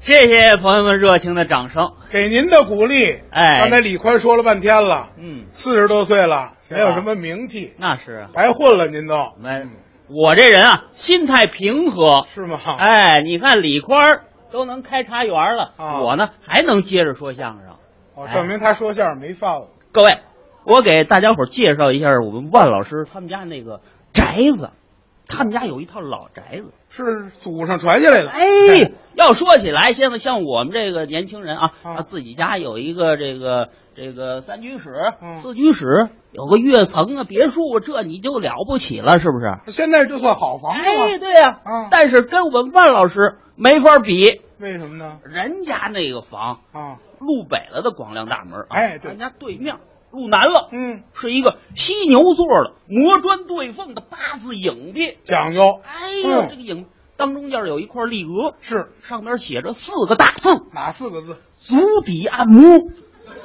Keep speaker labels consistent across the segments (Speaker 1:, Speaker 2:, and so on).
Speaker 1: 谢谢朋友们热情的掌声。
Speaker 2: 给您的鼓励。
Speaker 1: 哎
Speaker 2: 刚才李宽说了半天了，
Speaker 1: 嗯，
Speaker 2: 四十多岁了，
Speaker 1: 是吧
Speaker 2: 没有什么名气，
Speaker 1: 那是
Speaker 2: 白混了，您都
Speaker 1: 没，我这人啊，心态平和。
Speaker 2: 是吗？
Speaker 1: 哎，你看李宽儿都能开茶园了，
Speaker 2: 啊
Speaker 1: 我呢还能接着说相声。
Speaker 2: 哦，
Speaker 1: 哎
Speaker 2: 证明他说相声没犯了。
Speaker 1: 各位，我给大家伙儿介绍一下我们万老师他们家那个宅子，他们家有一套老宅子。
Speaker 2: 是祖上传下来的。
Speaker 1: 哎，要说起来，现在像我们这个年轻人啊，
Speaker 2: 啊
Speaker 1: 啊自己家有一个这个这个三居室、
Speaker 2: 嗯
Speaker 1: 四居室，有个跃层啊、别墅啊，这你就了不起了，是不是？
Speaker 2: 现在这算好房子
Speaker 1: 哎，
Speaker 2: 了。
Speaker 1: 对呀、
Speaker 2: 啊
Speaker 1: 但是跟我们万老师没法比，
Speaker 2: 为什么呢？
Speaker 1: 人家那个房
Speaker 2: 啊，
Speaker 1: 路北了的广亮大门啊，
Speaker 2: 哎对
Speaker 1: 人家对面路南了，
Speaker 2: 嗯，
Speaker 1: 是一个犀牛座的磨砖对缝的八字影壁。
Speaker 2: 讲究
Speaker 1: 哎呦，
Speaker 2: 嗯
Speaker 1: 这个影当中间有一块立额，
Speaker 2: 是
Speaker 1: 上面写着四个大字
Speaker 2: 哪四个字？
Speaker 1: “足底按摩”。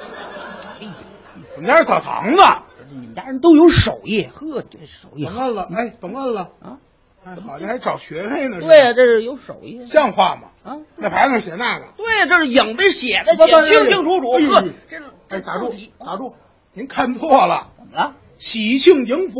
Speaker 1: 哎呀，
Speaker 2: 我们家是澡堂子。
Speaker 1: 你们家人都有手艺，呵，这手艺
Speaker 2: 甭
Speaker 1: 好
Speaker 2: 摁了，哎，甭摁了。
Speaker 1: 啊！
Speaker 2: 哎，好像还找学位呢。
Speaker 1: 对啊呀，这是有手艺
Speaker 2: 像话吗？
Speaker 1: 啊。
Speaker 2: 那牌子上写那个。
Speaker 1: 对呀，这是影子写的，
Speaker 2: 不不
Speaker 1: 写
Speaker 2: 不
Speaker 1: 清清楚楚。
Speaker 2: 哎呦
Speaker 1: 呵
Speaker 2: 哎呦，
Speaker 1: 这
Speaker 2: 哎，
Speaker 1: 这
Speaker 2: 打住
Speaker 1: 足底，
Speaker 2: 打住！您看错了，
Speaker 1: 怎么了？
Speaker 2: 喜庆迎福，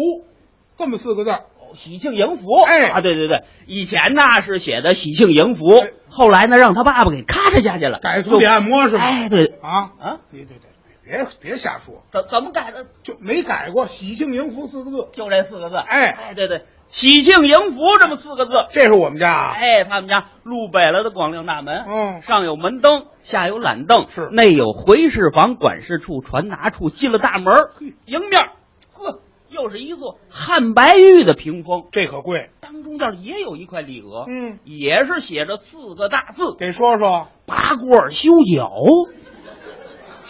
Speaker 2: 这么四个字儿。
Speaker 1: 哦喜庆迎福，
Speaker 2: 哎
Speaker 1: 啊，对对对，以前呢是写的喜庆迎福
Speaker 2: 哎，
Speaker 1: 后来呢让他爸爸给咔嚓下去了，
Speaker 2: 改足底按摩是吗？
Speaker 1: 哎，对
Speaker 2: 啊，
Speaker 1: 啊，
Speaker 2: 对对对，别别瞎说，
Speaker 1: 怎怎么改的？
Speaker 2: 就没改过“喜庆迎福”四个字。
Speaker 1: 就这四个字，
Speaker 2: 哎
Speaker 1: 哎，对对，喜庆迎福这么四个字。
Speaker 2: 这是我们家啊。
Speaker 1: 哎，他们家路北了的广亮大门，
Speaker 2: 嗯
Speaker 1: 上有门灯，下有懒凳，
Speaker 2: 是
Speaker 1: 内有回事房、管事处、传达处。进了大门儿，迎面儿，呵，又是一座汉白玉的屏风，
Speaker 2: 这可贵。
Speaker 1: 当中间也有一块匾额，
Speaker 2: 嗯，
Speaker 1: 也是写着四个大字
Speaker 2: 给说说，
Speaker 1: “八过儿修脚”。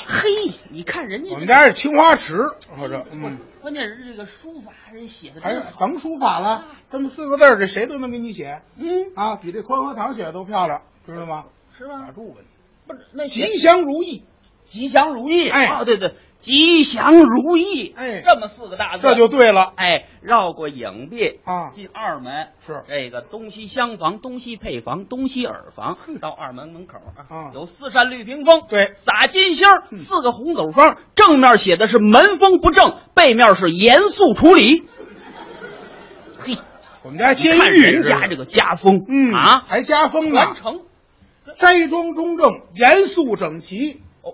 Speaker 1: 嘿，你看人家
Speaker 2: 我们
Speaker 1: 这
Speaker 2: 家是青花瓷，我这嗯，
Speaker 1: 关键是这个书法人写的
Speaker 2: 还
Speaker 1: 真
Speaker 2: 是
Speaker 1: 好，
Speaker 2: 甭书法了，这么四个字儿，这谁都能给你写
Speaker 1: 嗯，
Speaker 2: 啊，比这宽和堂写的都漂亮，知道吗？
Speaker 1: 是
Speaker 2: 打
Speaker 1: 吧？
Speaker 2: 住吧你，
Speaker 1: 不是那写
Speaker 2: 啊吉祥如意，
Speaker 1: 吉祥如意，
Speaker 2: 哎
Speaker 1: 哦，对对，吉祥如意，
Speaker 2: 哎
Speaker 1: 这么四个大字，
Speaker 2: 这就对了
Speaker 1: 哎，绕过影壁
Speaker 2: 啊
Speaker 1: 进二门
Speaker 2: 是
Speaker 1: 这个东西厢房、东西配房、东西耳房，到二门门口
Speaker 2: 啊
Speaker 1: 有四扇绿屏风，
Speaker 2: 对
Speaker 1: 撒金星
Speaker 2: 嗯
Speaker 1: 儿，四个红斗方，正面写的是门风不正，背面是严肃处理。嘿，
Speaker 2: 我们家监
Speaker 1: 你看
Speaker 2: 狱
Speaker 1: 人家这个家风，
Speaker 2: 嗯
Speaker 1: 啊，
Speaker 2: 还加封呢
Speaker 1: 传，承
Speaker 2: 斋庄中正，严肃整齐，
Speaker 1: 哦，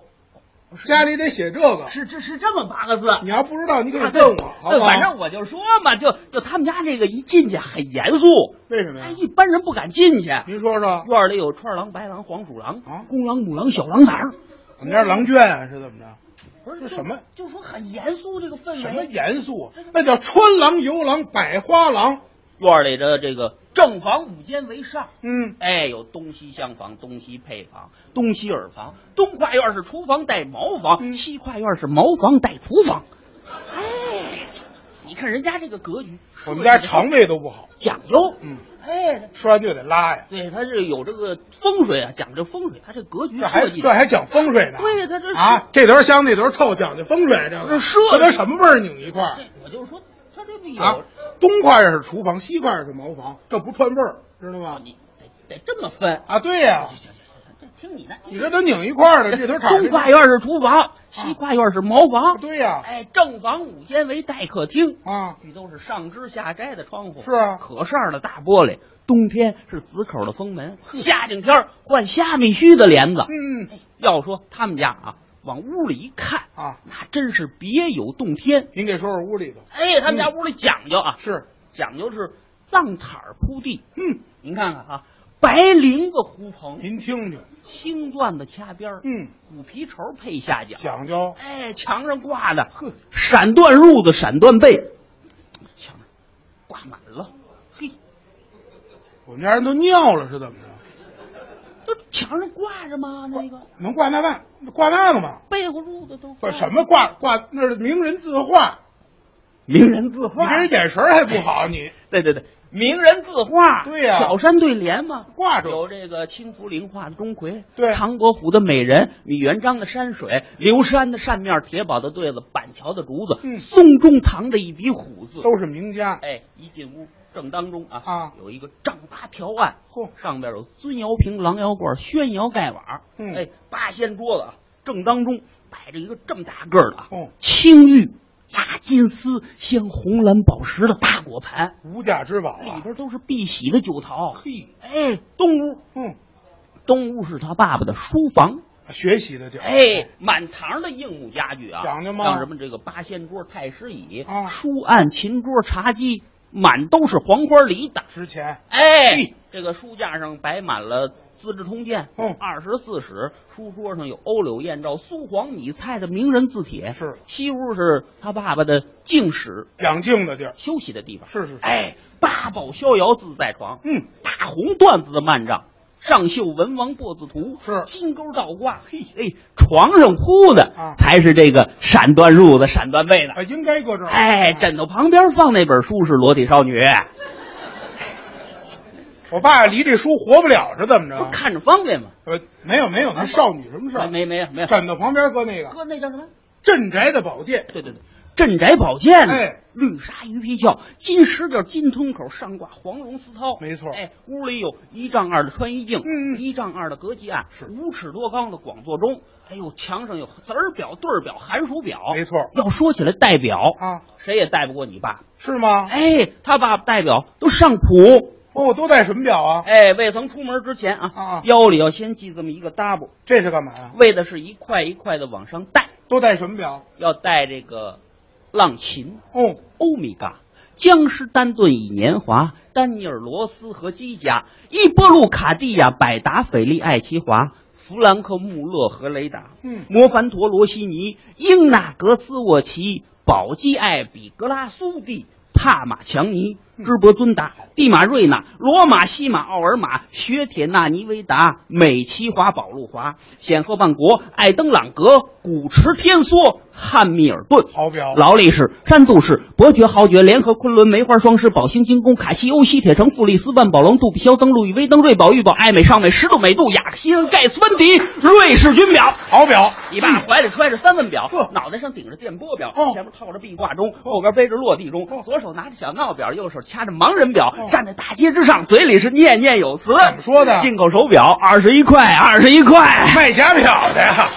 Speaker 2: 家里得写这个，
Speaker 1: 是这是这么八个字，
Speaker 2: 你要不知道你可以
Speaker 1: 啊
Speaker 2: 问我，好
Speaker 1: 对
Speaker 2: 不好？
Speaker 1: 反正我就说嘛，就就他们家这个一进去很严肃，
Speaker 2: 为什么呀
Speaker 1: 哎，？一般人不敢进去。院
Speaker 2: 您说说，
Speaker 1: 里有串狼、白狼、黄鼠狼
Speaker 2: 嗯啊
Speaker 1: 公狼、母狼、小狼崽儿，
Speaker 2: 我们家是狼圈啊是怎么着？
Speaker 1: 不是
Speaker 2: 这
Speaker 1: 就
Speaker 2: 什么？
Speaker 1: 就说很严肃这个氛围。
Speaker 2: 什么严肃啊？那叫川狼、游狼、百花狼。
Speaker 1: 院里的这个正房五间为上，
Speaker 2: 嗯，
Speaker 1: 哎，有东西厢房、东西配房、东西耳房。东跨院是厨房带茅房，
Speaker 2: 嗯
Speaker 1: 西跨院是茅房带厨房。哎，你看人家这个格局，
Speaker 2: 我们家肠胃都不好，
Speaker 1: 讲究。
Speaker 2: 嗯，
Speaker 1: 哎，
Speaker 2: 吃完就得拉呀。
Speaker 1: 对，它是有这个风水啊，讲究风水，它这格局
Speaker 2: 这还
Speaker 1: 设计
Speaker 2: 这还讲风水呢？
Speaker 1: 对它这是
Speaker 2: 啊，这头香那头臭，讲究风水这
Speaker 1: 这
Speaker 2: 个。
Speaker 1: 设
Speaker 2: 这
Speaker 1: 计
Speaker 2: 都什么味儿拧一块儿
Speaker 1: 这哎我就是说，它这不有、
Speaker 2: 啊？东块儿是厨房，西块儿是茅房，这不串味儿，知道吗？
Speaker 1: 哦你得得这么分。
Speaker 2: 啊，对呀、
Speaker 1: 行行行，这听你的。
Speaker 2: 你这都拧一哎块儿了，这头啊敞
Speaker 1: 东
Speaker 2: 着
Speaker 1: 跨院是厨房，西跨院是茅房。
Speaker 2: 对呀、
Speaker 1: 哎，正房五间为待客厅，
Speaker 2: 啊，
Speaker 1: 这都是上枝下摘的窗户，
Speaker 2: 是啊
Speaker 1: 可扇儿的大玻璃。冬天是紫口的封门，夏景天儿换虾米须的帘子。
Speaker 2: 嗯，
Speaker 1: 哎，要说他们家啊，往屋里一看
Speaker 2: 啊，
Speaker 1: 那真是别有洞天。
Speaker 2: 您给说说屋里头
Speaker 1: 哎，他们
Speaker 2: 嗯
Speaker 1: 家屋里讲究啊，
Speaker 2: 是，
Speaker 1: 讲究是藏毯儿铺地。
Speaker 2: 嗯，
Speaker 1: 您看看啊，白绫子糊棚，
Speaker 2: 您听听，
Speaker 1: 青缎子掐边儿，
Speaker 2: 嗯，
Speaker 1: 虎皮绸配下脚。
Speaker 2: 讲究，
Speaker 1: 哎，墙上挂的
Speaker 2: 呵，
Speaker 1: 闪缎褥子、闪缎被，墙上挂满了。嘿，
Speaker 2: 我们家人都尿了是怎么着？
Speaker 1: 这墙上挂着吗？那个
Speaker 2: 能挂那万挂那个吗？
Speaker 1: 被褥褥子都
Speaker 2: 挂什么挂挂？那是名人字画，
Speaker 1: 名人字
Speaker 2: 你
Speaker 1: 画？
Speaker 2: 这人眼神还不好，你
Speaker 1: 对对对，名人字画。
Speaker 2: 对呀
Speaker 1: 小山对联嘛。
Speaker 2: 挂着
Speaker 1: 有这个青福陵画的钟馗，
Speaker 2: 对
Speaker 1: 唐伯虎的美人，李元璋的山水，刘山的扇面，铁宝的对子，板桥的竹子，
Speaker 2: 嗯
Speaker 1: 宋仲堂的一笔虎字。
Speaker 2: 都是名家。
Speaker 1: 哎，一进屋，正当中啊，
Speaker 2: 啊
Speaker 1: 有一个丈八条案，
Speaker 2: 嚯
Speaker 1: 上边有尊窑瓶、狼窑罐、宣窑盖碗，
Speaker 2: 嗯
Speaker 1: 哎，八仙桌子啊，正当中摆着一个这么大个儿的啊，
Speaker 2: 哦
Speaker 1: 青玉、压金丝、镶红蓝宝石的大果盘，
Speaker 2: 无价之宝
Speaker 1: 里
Speaker 2: 啊！
Speaker 1: 边都是碧玺的酒陶。
Speaker 2: 嘿，
Speaker 1: 哎，东屋，
Speaker 2: 嗯，
Speaker 1: 东屋是他爸爸的书房。
Speaker 2: 学习的地儿。
Speaker 1: 哎，满堂的硬木家具啊，
Speaker 2: 讲究吗
Speaker 1: 像什么这个八仙桌、太师椅、
Speaker 2: 啊
Speaker 1: 书案、琴桌、茶几，满都是黄花梨的。
Speaker 2: 值钱。
Speaker 1: 哎
Speaker 2: 嘿，
Speaker 1: 这个书架上摆满了《资治通鉴》
Speaker 2: 嗯
Speaker 1: 二十四史》，书桌上有欧柳燕赵、苏黄米蔡的名人字帖。
Speaker 2: 是
Speaker 1: 西屋是他爸爸的静室，
Speaker 2: 养静的地儿。
Speaker 1: 休息的地方。
Speaker 2: 是是是
Speaker 1: 哎，八宝逍遥自在床，
Speaker 2: 嗯，
Speaker 1: 大红缎子的幔帐，上绣文王破字图，
Speaker 2: 是
Speaker 1: 金钩倒挂。嘿，哎，床上铺的
Speaker 2: 啊
Speaker 1: 才是这个闪缎褥子、闪缎被
Speaker 2: 啊，
Speaker 1: 的。
Speaker 2: 应该搁这儿。
Speaker 1: 哎，枕头旁边放那本书是《裸体少女》，
Speaker 2: 啊我爸离这书活不了是怎么着？
Speaker 1: 看着方便嘛。
Speaker 2: 呃，没有没有，那少女什么事儿？
Speaker 1: 没没没没有，
Speaker 2: 枕头旁边搁那个
Speaker 1: 哥那叫什么？
Speaker 2: 镇宅的宝剑，
Speaker 1: 对对对，镇宅宝剑呢，
Speaker 2: 哎
Speaker 1: 绿纱鱼皮鞘，金石角，金吞口，上挂黄绒丝绦，
Speaker 2: 没错
Speaker 1: 哎，屋里有一丈二的穿衣镜，
Speaker 2: 嗯嗯
Speaker 1: 一丈二的隔几案，
Speaker 2: 是
Speaker 1: 五尺多高的广座钟，哎呦，墙上有子儿表、对儿表、寒暑表，
Speaker 2: 没错
Speaker 1: 要说起来，代表
Speaker 2: 啊，
Speaker 1: 谁也带不过你爸，
Speaker 2: 是吗？
Speaker 1: 哎，他爸爸代表都上谱，
Speaker 2: 哦，都戴什么表啊？
Speaker 1: 哎，未曾出门之前啊，
Speaker 2: 啊啊
Speaker 1: 腰里要先系这么一个搭布，
Speaker 2: 这是干嘛呀？
Speaker 1: 为的是一块一块的往上带，
Speaker 2: 都戴什么表？
Speaker 1: 要带这个浪琴。
Speaker 2: 哦，
Speaker 1: 欧米伽、江诗丹顿以年华、丹尼尔罗斯和基甲、伊波路卡地亚、百达翡丽爱奇华、弗兰克穆勒和雷达、
Speaker 2: 嗯
Speaker 1: 摩凡陀罗西尼、英纳格斯沃奇、宝基艾比格拉苏蒂。帕马强尼、芝伯尊达、蒂马瑞纳、罗马西马奥尔马、雪铁纳尼维达、美奇华宝路华、显赫曼国、艾登朗格、古驰天梭、汉密尔顿。
Speaker 2: 好表。
Speaker 1: 劳力士、山度士、伯爵、豪爵、联合、昆仑、梅花双狮、宝兴、精工、卡西欧、西铁城、富丽斯、万宝龙、杜比肖登、路易威登、瑞宝、玉宝、爱美、尚美、十度美度、雅克西恩、盖茨温迪、瑞士军表。
Speaker 2: 好表，
Speaker 1: 你爸怀里揣着三问表
Speaker 2: 呵，
Speaker 1: 脑袋上顶着电波表
Speaker 2: 嗯哦，
Speaker 1: 前面套着壁挂钟，后边背着落地钟
Speaker 2: 哦，
Speaker 1: 左手拿着小闹表，右手掐着盲人表
Speaker 2: 哦，
Speaker 1: 站在大街之上，嘴里是念念有词。
Speaker 2: 怎么说的
Speaker 1: 进口手表二十一块，二十一块。
Speaker 2: 卖假表的呀。